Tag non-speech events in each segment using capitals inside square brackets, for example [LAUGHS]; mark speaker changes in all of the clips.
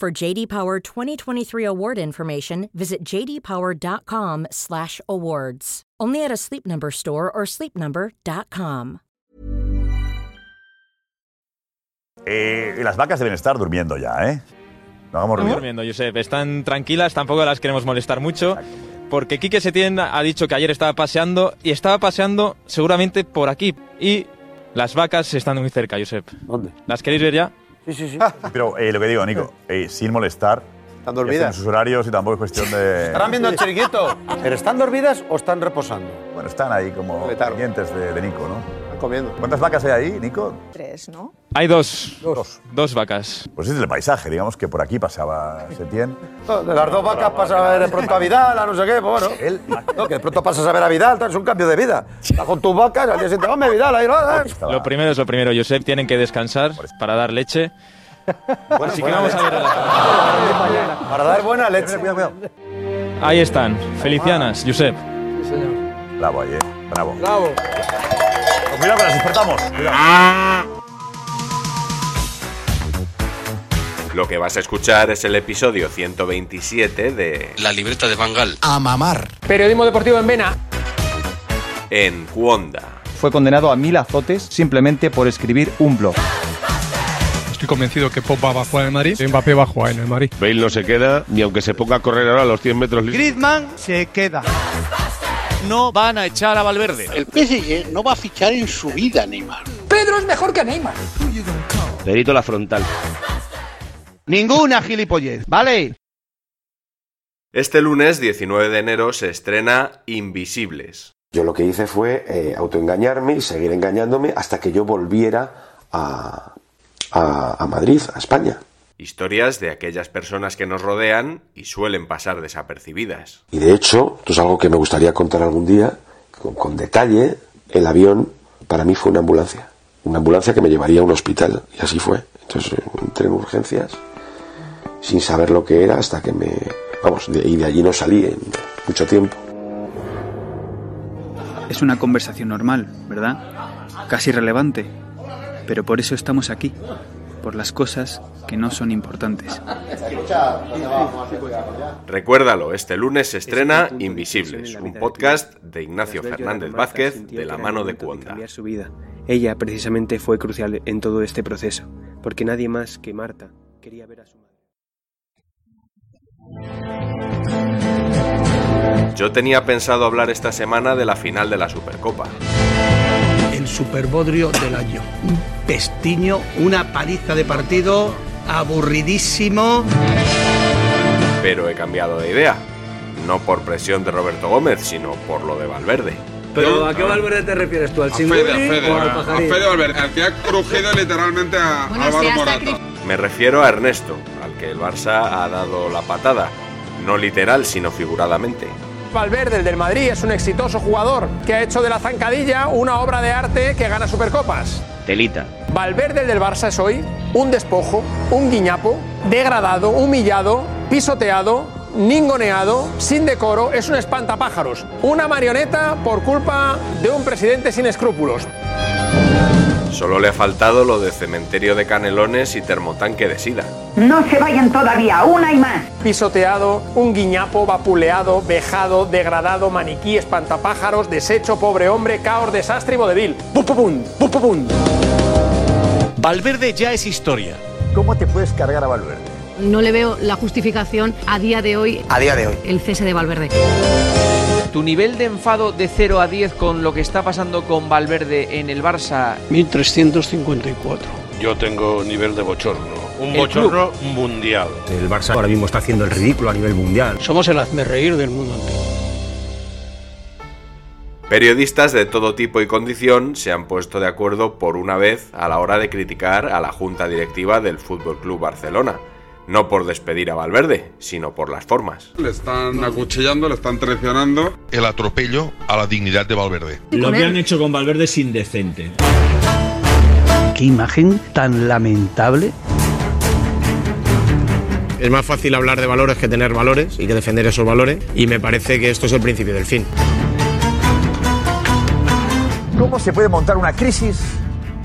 Speaker 1: For JD Power 2023 award information, visit jdpower.com/awards. Only at a Sleep Number store or sleepnumber.com.
Speaker 2: Eh, las vacas deben estar durmiendo ya, ¿eh? No hagamos
Speaker 3: Están
Speaker 2: ruido.
Speaker 3: durmiendo, Josep. Están tranquilas, tampoco las queremos molestar mucho. Porque Quique Setién ha dicho que ayer estaba paseando y estaba paseando seguramente por aquí. Y las vacas están muy cerca, Josep.
Speaker 4: ¿Dónde?
Speaker 3: ¿Las queréis ver ya?
Speaker 4: Sí, sí,
Speaker 5: [LAUGHS]
Speaker 4: sí.
Speaker 2: Pero eh, lo que digo, Nico, eh, sin molestar.
Speaker 4: Están
Speaker 2: que hacen
Speaker 4: dormidas.
Speaker 2: sus horarios y tampoco es cuestión de.
Speaker 4: Estarán viendo el chiringuito. ¿Pero están dormidas o están reposando?
Speaker 2: Bueno, están ahí como
Speaker 4: Letargo.
Speaker 2: pendientes de, de Nico, ¿no?
Speaker 4: Están comiendo.
Speaker 2: ¿Cuántas vacas hay ahí, Nico?
Speaker 6: Tres, ¿no?
Speaker 3: Hay dos.
Speaker 2: Dos.
Speaker 3: Dos vacas.
Speaker 2: Pues es el paisaje, digamos que por aquí pasaba Setién.
Speaker 4: No, De las dos vacas pasas a ver de pronto a Vidal, a no sé qué, pues bueno.
Speaker 2: Él-
Speaker 4: No, que de pronto pasas a ver a Vidal, tal, es un cambio de vida. Estás con tus vacas, al día siguiente, hombre, Vidal, ahí va.
Speaker 7: Pues
Speaker 4: eh".
Speaker 2: Estaba-
Speaker 3: Lo primero es lo primero, Josep. Tienen que descansar para dar leche. Así que vamos a ver a las-
Speaker 4: Para dar buena leche.
Speaker 2: Cuidado, cuidado.
Speaker 3: Ahí están. Felicianas, Josep.
Speaker 2: Bravo, ayer. ¿eh? Bravo. Bravo. cuidado que las despertamos. Cuidado.
Speaker 8: Lo que vas a escuchar es el episodio 127 de
Speaker 7: La libreta de Bangal.
Speaker 9: A mamar.
Speaker 7: Periodismo deportivo en Vena.
Speaker 8: En Cuonda.
Speaker 5: fue condenado a mil azotes simplemente por escribir un blog.
Speaker 9: Estoy convencido que Pop va a jugar en el Madrid. Mbappé va a jugar en el Madrid.
Speaker 7: Bale no se queda, ni aunque se ponga a correr ahora a los 100 metros.
Speaker 5: Griezmann se queda. No van a echar a Valverde.
Speaker 7: El PSG no va a fichar en su vida, Neymar.
Speaker 6: Pedro es mejor que Neymar.
Speaker 7: Perito la frontal. Ninguna gilipollez, ¿vale?
Speaker 8: Este lunes 19 de enero se estrena Invisibles.
Speaker 5: Yo lo que hice fue eh, autoengañarme y seguir engañándome hasta que yo volviera a, a, a Madrid, a España.
Speaker 8: Historias de aquellas personas que nos rodean y suelen pasar desapercibidas.
Speaker 5: Y de hecho, esto es algo que me gustaría contar algún día, con, con detalle, el avión para mí fue una ambulancia. Una ambulancia que me llevaría a un hospital. Y así fue. Entonces eh, entré en urgencias sin saber lo que era hasta que me... Vamos, de- y de allí no salí en mucho tiempo.
Speaker 7: Es una conversación normal, ¿verdad? Casi relevante. Pero por eso estamos aquí, por las cosas que no son importantes.
Speaker 8: Recuérdalo, este lunes se estrena Invisibles, un podcast de Ignacio Fernández Vázquez de la mano de Cuonda.
Speaker 7: Cambiar su vida. Ella precisamente fue crucial en todo este proceso, porque nadie más que Marta quería ver a su madre.
Speaker 8: Yo tenía pensado hablar esta semana de la final de la Supercopa.
Speaker 9: El superbodrio del año. Un pestiño, una paliza de partido, aburridísimo.
Speaker 8: Pero he cambiado de idea. No por presión de Roberto Gómez, sino por lo de Valverde.
Speaker 7: ¿Pero a qué Valverde te refieres tú? ¿Al
Speaker 9: Valverde, al que ha crujido literalmente a Álvaro Morata.
Speaker 8: Me refiero a Ernesto, al que el Barça ha dado la patada. No literal, sino figuradamente.
Speaker 7: Valverde, el del Madrid, es un exitoso jugador que ha hecho de la zancadilla una obra de arte que gana Supercopas. Telita. Valverde, el del Barça, es hoy un despojo, un guiñapo, degradado, humillado, pisoteado, ningoneado, sin decoro, es un espantapájaros, una marioneta por culpa de un presidente sin escrúpulos.
Speaker 8: Solo le ha faltado lo de cementerio de canelones y termotanque de sida.
Speaker 6: No se vayan todavía, una y más.
Speaker 7: Pisoteado, un guiñapo, vapuleado, vejado, degradado, maniquí, espantapájaros, deshecho, pobre hombre, caos, desastre y vodevil.
Speaker 5: Valverde ya es historia.
Speaker 2: ¿Cómo te puedes cargar a Valverde?
Speaker 1: No le veo la justificación a día de hoy.
Speaker 10: A día de hoy.
Speaker 1: El cese de Valverde.
Speaker 7: ¿Tu nivel de enfado de 0 a 10 con lo que está pasando con Valverde en el Barça?
Speaker 11: 1354.
Speaker 12: Yo tengo nivel de bochorno. Un
Speaker 7: El
Speaker 12: bochorno mundial.
Speaker 11: El Barça ahora mismo está haciendo el ridículo a nivel mundial. Somos el hazmerreír del mundo entero.
Speaker 8: Periodistas de todo tipo y condición se han puesto de acuerdo por una vez a la hora de criticar a la junta directiva del Fútbol Club Barcelona, no por despedir a Valverde, sino por las formas.
Speaker 13: Le están acuchillando, le están traicionando. El atropello a la dignidad de Valverde.
Speaker 14: Lo que han hecho con Valverde es indecente.
Speaker 11: Qué imagen tan lamentable.
Speaker 15: Es más fácil hablar de valores que tener valores y que defender esos valores y me parece que esto es el principio del fin.
Speaker 2: ¿Cómo se puede montar una crisis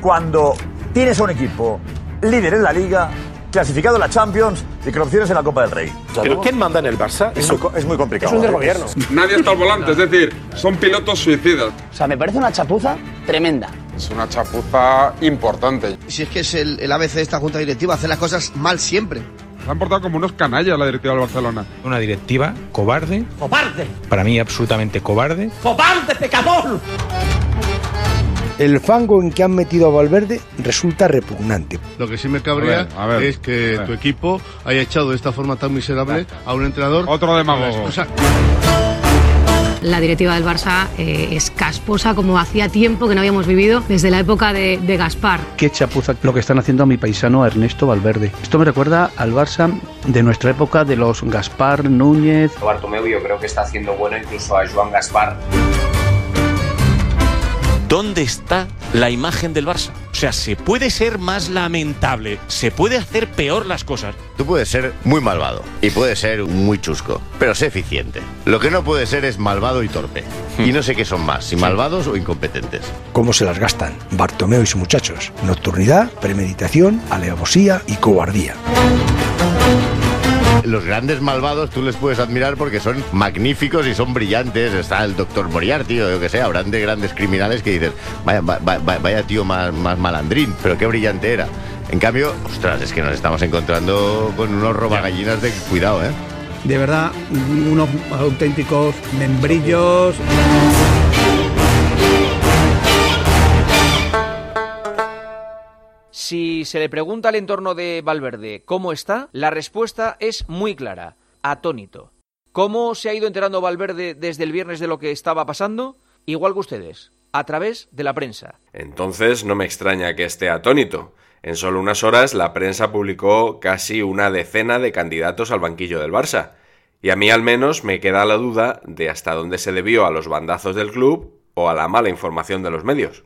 Speaker 2: cuando tienes a un equipo líder en la liga, clasificado en la Champions y con opciones en la Copa del Rey?
Speaker 13: ¿Pero quién
Speaker 2: manda en el Barça? Es, muy, co- es muy complicado. ¿eh?
Speaker 13: Nadie está al volante, es decir, son pilotos suicidas.
Speaker 16: O sea, me parece una chapuza tremenda.
Speaker 13: Es una chapuza importante.
Speaker 10: Si es que es el, el ABC de esta junta directiva, hacer las cosas mal siempre.
Speaker 13: Se han portado como unos canallas la directiva del Barcelona.
Speaker 11: Una directiva cobarde,
Speaker 10: ¡Cobarde!
Speaker 11: para mí absolutamente cobarde.
Speaker 10: ¡Cobarde, pecador!
Speaker 11: El fango en que han metido a Valverde resulta repugnante.
Speaker 17: Lo que sí me cabrea
Speaker 11: A ver, a ver,
Speaker 17: es que
Speaker 11: a ver.
Speaker 17: tu equipo haya echado de esta forma tan miserable a un entrenador.
Speaker 13: Otro demagogo.
Speaker 17: O sea,
Speaker 1: La directiva del Barça eh, es casposa como hacía tiempo que no habíamos vivido desde la época de, de Gaspar.
Speaker 11: Qué chapuza lo que están haciendo a mi paisano Ernesto Valverde. Esto me recuerda al Barça de nuestra época de los Gaspar, Núñez.
Speaker 9: Bartomeu yo creo que está haciendo bueno incluso a Joan Gaspar.
Speaker 3: ¿Dónde está la imagen del Barça? O sea, se puede ser más lamentable, se puede hacer peor las cosas.
Speaker 18: Tú puedes ser muy malvado y puedes ser muy chusco, pero sé eficiente. Lo que no puede ser es malvado y torpe.
Speaker 11: Hmm.
Speaker 18: Y no sé qué son más, si malvados o incompetentes.
Speaker 11: ¿Cómo se las gastan Bartomeo y sus muchachos? Nocturnidad, premeditación, alevosía y cobardía.
Speaker 18: Los grandes malvados tú les puedes admirar porque son magníficos y son brillantes. Está el doctor Moriarty o yo que sé, habrán de grandes criminales que dices, vaya, va- va- va- vaya tío más, más malandrín, pero qué brillante era. En cambio, ostras, es que nos estamos encontrando con unos robagallinas de cuidado, ¿eh?
Speaker 19: De verdad, unos auténticos membrillos.
Speaker 7: Si se le pregunta al entorno de Valverde cómo está, la respuesta es muy clara, atónito. ¿Cómo se ha ido enterando Valverde desde el viernes de lo que estaba pasando? Igual que ustedes, a través de la prensa.
Speaker 8: Entonces no me extraña que esté atónito. En solo unas horas la prensa publicó casi una decena de candidatos al banquillo del Barça. Y a mí al menos me queda la duda de hasta dónde se debió a los bandazos del club o a la mala información de los medios.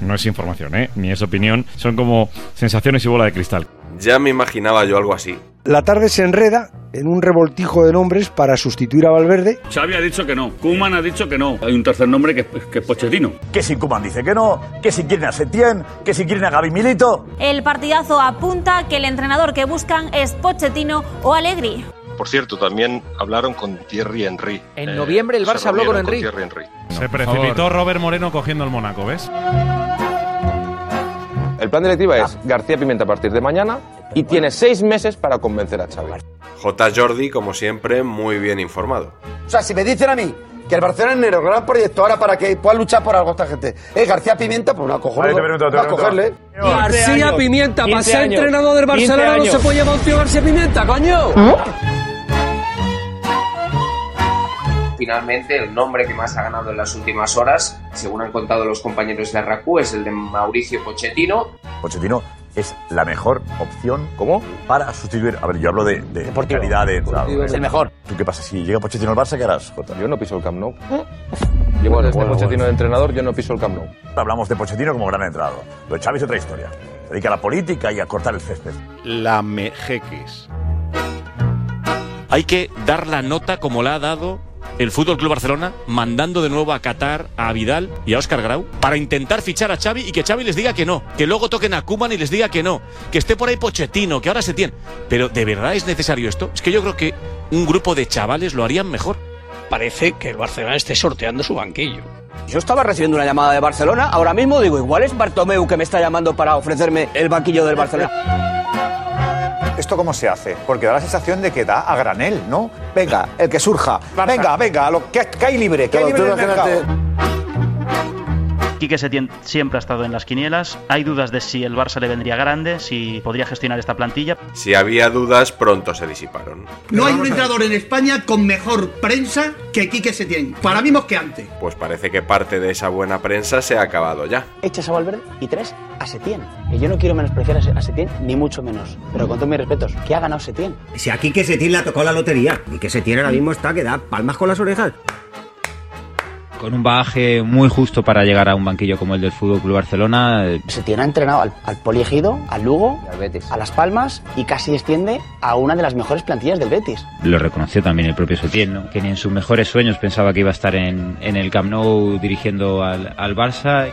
Speaker 20: No es información, ¿eh? ni es opinión. Son como sensaciones y bola de cristal.
Speaker 8: Ya me imaginaba yo algo así.
Speaker 11: La tarde se enreda en un revoltijo de nombres para sustituir a Valverde.
Speaker 21: Xavi ha dicho que no. Kuman ha dicho que no. Hay un tercer nombre que, que es Pochettino.
Speaker 2: Que si Kuman dice que no, que si quieren a Setién, que si quieren a Gaby Milito.
Speaker 22: El partidazo apunta que el entrenador que buscan es Pochettino o Allegri.
Speaker 23: Por cierto, también hablaron con Thierry Henry.
Speaker 7: En noviembre el Barça
Speaker 23: se
Speaker 7: habló con
Speaker 23: Eh, reunieron
Speaker 7: Henry.
Speaker 23: Thierry
Speaker 20: Se
Speaker 23: por
Speaker 20: precipitó Robert Moreno cogiendo el Mónaco, ¿ves?
Speaker 24: El plan de directiva es García Pimenta a partir de mañana y tiene seis meses para convencer a Xavi.
Speaker 8: J. Jordi, como siempre, muy bien informado.
Speaker 10: O sea, si me dicen a mí que el Barcelona es negro, gran proyecto ahora para que pueda luchar por algo esta gente. Eh, García Pimienta, pues no cojones.
Speaker 2: Vale, te pregunto, te
Speaker 10: no a
Speaker 2: pregunto.
Speaker 10: cogerle.
Speaker 25: García Pimienta, para ser entrenador del Barcelona no se puede llamar un tío García Pimienta, coño.
Speaker 9: Finalmente, el nombre que más ha ganado en las últimas horas, según han contado los compañeros de Arracú, es el de Mauricio Pochettino.
Speaker 2: Pochettino es la mejor opción ¿Cómo? para sustituir. A ver, yo hablo de, de calidad de.
Speaker 24: Deportivo es el mejor.
Speaker 2: ¿Tú qué pasa? Si llega Pochettino al Barça, ¿qué harás, Jota?
Speaker 24: Yo no piso el Camp Nou.
Speaker 25: ¿Eh?
Speaker 24: Llevo desde Pochettino de entrenador, yo no piso el Camp Nou.
Speaker 2: Hablamos de Pochettino como gran entrado. Lo de Xavi es otra historia. Se dedica a la política y a cortar el césped.
Speaker 23: La Mejeques.
Speaker 3: Hay que dar la nota como la ha dado el Fútbol Club Barcelona, mandando de nuevo a Qatar, a Vidal y a Óscar Grau, para intentar fichar a Xavi y que Xavi les diga que no, que luego toquen a Kuman y les diga que no, que esté por ahí Pochettino, que ahora se tiene. Pero ¿de verdad es necesario esto? Es que yo creo que un grupo de chavales lo harían mejor.
Speaker 25: Parece que el Barcelona esté sorteando su banquillo. Yo estaba recibiendo una llamada de Barcelona, ahora mismo digo, igual es Bartomeu que me está llamando para ofrecerme el banquillo del Barcelona.
Speaker 26: ¿Esto cómo se hace? Porque da la sensación de que da a granel, ¿no? Venga, el que surja. Venga, venga, lo que, que hay libre, que hay libre en el mercado.
Speaker 27: Quique Setién siempre ha estado en las quinielas. Hay dudas de si el Barça le vendría grande, si podría gestionar esta plantilla.
Speaker 8: Si había dudas, pronto se disiparon.
Speaker 15: No hay un entrador en España con mejor prensa que Quique Setién. Para mí mosqueante.
Speaker 8: Pues parece que parte de esa buena prensa se ha acabado ya.
Speaker 7: Echas a Valverde y tres a Setién. Y yo no quiero menospreciar a Se- a Setién, ni mucho menos. Pero con todos mis respetos, ¿qué ha ganado Setién?
Speaker 28: Si aquí que se tiene la tocó la lotería y que se tiene ahora mismo está que da palmas con las orejas.
Speaker 3: Con un bagaje muy justo para llegar a un banquillo como el del Fútbol Club Barcelona. eh,
Speaker 7: Setién ha entrenado al, al Poliegido, al Lugo, a Las Palmas y casi extiende a una de las mejores plantillas del Betis.
Speaker 3: Lo reconoció también el propio Setién, ¿no? que ni en sus mejores sueños pensaba que iba a estar en, en el Camp Nou dirigiendo al, al Barça.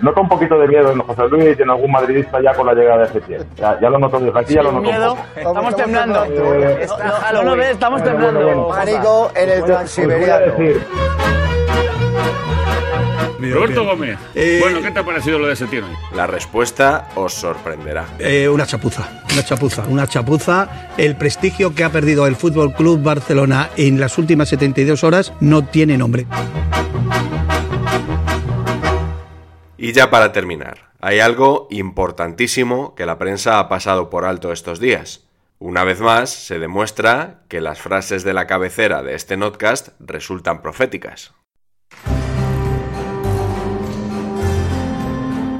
Speaker 1: Noto un poquito de miedo en José Luis y en algún madridista ya con la llegada de Setién. Ya, ya lo noto desde aquí, ya lo noto. un
Speaker 7: miedo,
Speaker 1: poco.
Speaker 7: estamos temblando. Eh,
Speaker 15: Está
Speaker 7: No lo ves, estamos temblando.
Speaker 15: Pánico en el
Speaker 1: pues,
Speaker 15: transiberiano.
Speaker 29: Roberto Gómez,
Speaker 30: Eh,
Speaker 29: bueno, ¿qué te ha parecido lo de ese tiro?
Speaker 8: La respuesta os sorprenderá.
Speaker 30: Eh, una chapuza, una chapuza, una chapuza. El prestigio que ha perdido el Fútbol Club Barcelona en las últimas 72 horas no tiene nombre.
Speaker 8: Y ya para terminar, hay algo importantísimo que la prensa ha pasado por alto estos días. Una vez más, se demuestra que las frases de la cabecera de este podcast resultan proféticas.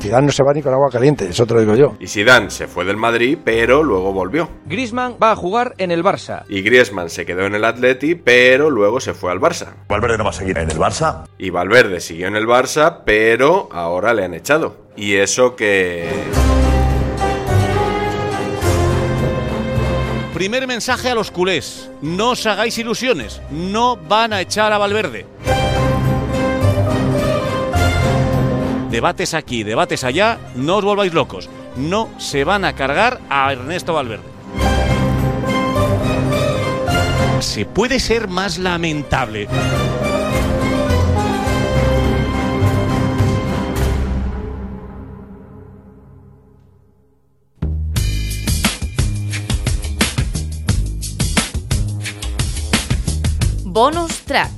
Speaker 1: Zidane no se va ni con agua caliente, eso te lo digo yo.
Speaker 8: Y Zidane se fue del Madrid, pero luego volvió.
Speaker 31: Griezmann va a jugar en el Barça.
Speaker 8: Y Griezmann se quedó en el Atleti, pero luego se fue al Barça.
Speaker 32: Valverde no va a seguir en el Barça.
Speaker 8: Y Valverde siguió en el Barça, pero ahora le han echado. Y eso que...
Speaker 2: Primer mensaje a los culés. No os hagáis ilusiones. No van a echar a Valverde. Debates aquí, debates allá. No os volváis locos. No se van a cargar a Ernesto Valverde. ¿Se puede ser más lamentable?
Speaker 1: Bonus track.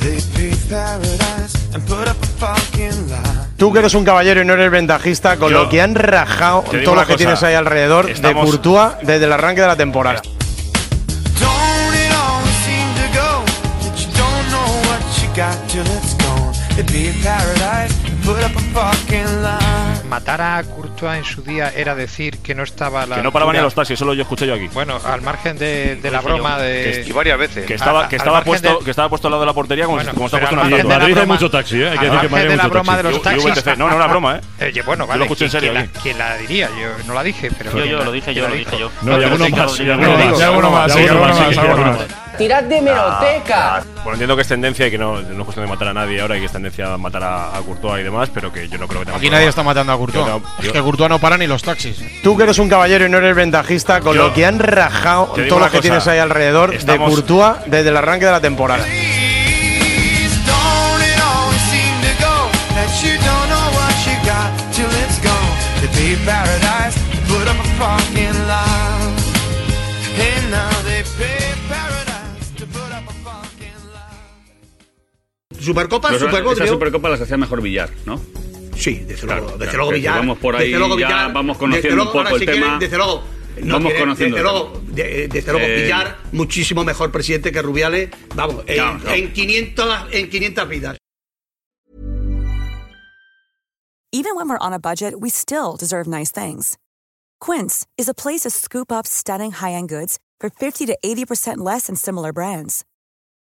Speaker 10: They paved paradise and put up a fucking lie.
Speaker 33: Tú que eres un caballero y no eres ventajista, con
Speaker 10: Yo-
Speaker 33: lo que han rajado
Speaker 10: Te digo
Speaker 33: todo lo
Speaker 10: una
Speaker 33: que
Speaker 10: cosa,
Speaker 33: tienes ahí alrededor
Speaker 10: estamos-
Speaker 33: de Courtois desde el arranque de la temporada.
Speaker 10: Don't it always seem to go that you don't know what you got till it's gone? It'd be a paradise and put up a fucking lie.
Speaker 34: Matar a Courtois en su día era decir que no estaba a la
Speaker 2: Que no paraban
Speaker 34: altura-
Speaker 2: ni los taxis, solo yo escuché yo aquí.
Speaker 34: Bueno, al margen de, de la
Speaker 2: Dije yo.
Speaker 34: broma de.
Speaker 2: Que-
Speaker 34: A-
Speaker 2: Que estaba, que
Speaker 34: al
Speaker 2: estaba,
Speaker 34: margen
Speaker 2: puesto,
Speaker 34: de-
Speaker 2: que estaba puesto al lado de la portería como, si- como está
Speaker 34: pero
Speaker 2: puesto
Speaker 34: al
Speaker 2: en una
Speaker 34: margen de
Speaker 2: estatua.
Speaker 34: la
Speaker 2: Madrid hay
Speaker 34: broma-
Speaker 2: mucho taxi, ¿eh? Hay que
Speaker 34: al
Speaker 2: decir que en
Speaker 34: margen
Speaker 2: Madrid
Speaker 34: de
Speaker 2: hay
Speaker 34: la
Speaker 2: mucho
Speaker 34: broma de
Speaker 2: taxi.
Speaker 34: los
Speaker 2: Y- y
Speaker 34: taxis.
Speaker 2: VTC. No, no era broma, ¿eh?
Speaker 34: Oye, bueno,
Speaker 2: Yo
Speaker 34: vale.
Speaker 2: lo escuché en
Speaker 34: ¿quién-
Speaker 2: serio ¿eh?
Speaker 34: ¿quién
Speaker 2: aquí.
Speaker 34: la, quién la diría? Yo no la dije, pero.
Speaker 2: Yo- yo
Speaker 34: ¿quién
Speaker 2: lo
Speaker 34: la-
Speaker 2: dije,
Speaker 34: quién
Speaker 2: yo
Speaker 34: la
Speaker 2: lo
Speaker 34: dijo?
Speaker 2: dije yo.
Speaker 34: Yo
Speaker 2: No, y
Speaker 34: lo
Speaker 2: alguno
Speaker 34: dije,
Speaker 2: más,
Speaker 34: yo
Speaker 2: y
Speaker 34: lo
Speaker 2: alguno
Speaker 34: dije.
Speaker 2: más. Y alguno más, y alguno más, y alguno más. Ah.
Speaker 34: Tirad de meroteca.
Speaker 2: Bueno, entiendo que es tendencia y que no, no es cuestión de matar a nadie ahora y que es tendencia a matar a, a Courtois y demás, pero que yo no creo que tenga
Speaker 33: Aquí
Speaker 2: problema.
Speaker 33: nadie está matando a Courtois.
Speaker 2: Yo no-
Speaker 33: Es
Speaker 2: yo-
Speaker 33: que
Speaker 34: Courtois no para ni los taxis.
Speaker 33: Tú que eres un caballero y no eres ventajista, con
Speaker 2: Yo-
Speaker 33: lo que han rajado
Speaker 2: Te digo
Speaker 33: todo lo
Speaker 2: una
Speaker 33: que
Speaker 2: cosa,
Speaker 33: tienes ahí alrededor
Speaker 2: estamos-
Speaker 33: de Courtois desde el arranque de la temporada.
Speaker 10: Don't it always seem to go that you don't know what you got till it's gone? It'd be a paradise and put up a fucking lie. And now they paved paradise to put up a fucking
Speaker 28: Supercopa,
Speaker 29: Pero esa-
Speaker 28: Supercopa.
Speaker 29: esa
Speaker 28: creo.
Speaker 29: Supercopa las hacía mejor Villar, ¿no?
Speaker 28: Sí, desde
Speaker 29: luego.
Speaker 28: desde luego Villar,
Speaker 29: Vamos por ahí,
Speaker 28: desde luego
Speaker 29: ya
Speaker 28: Villar,
Speaker 29: vamos
Speaker 28: desde
Speaker 29: conociendo un
Speaker 28: luego,
Speaker 29: poco
Speaker 28: ahora
Speaker 29: el
Speaker 28: si
Speaker 29: tema.
Speaker 28: quieren, desde luego, no
Speaker 29: vamos
Speaker 28: quieren-
Speaker 29: conociendo.
Speaker 28: Desde
Speaker 29: el
Speaker 28: luego, de- desde luego
Speaker 29: Eh,
Speaker 28: Villar, muchísimo mejor presidente que Rubiales. Vamos, en,
Speaker 29: Claro, claro.
Speaker 28: en 500, en 500 vidas.
Speaker 9: Even when we're on a budget, we still deserve nice things. Quince is a place to scoop up stunning high-end goods for 50 to 80% less than similar brands.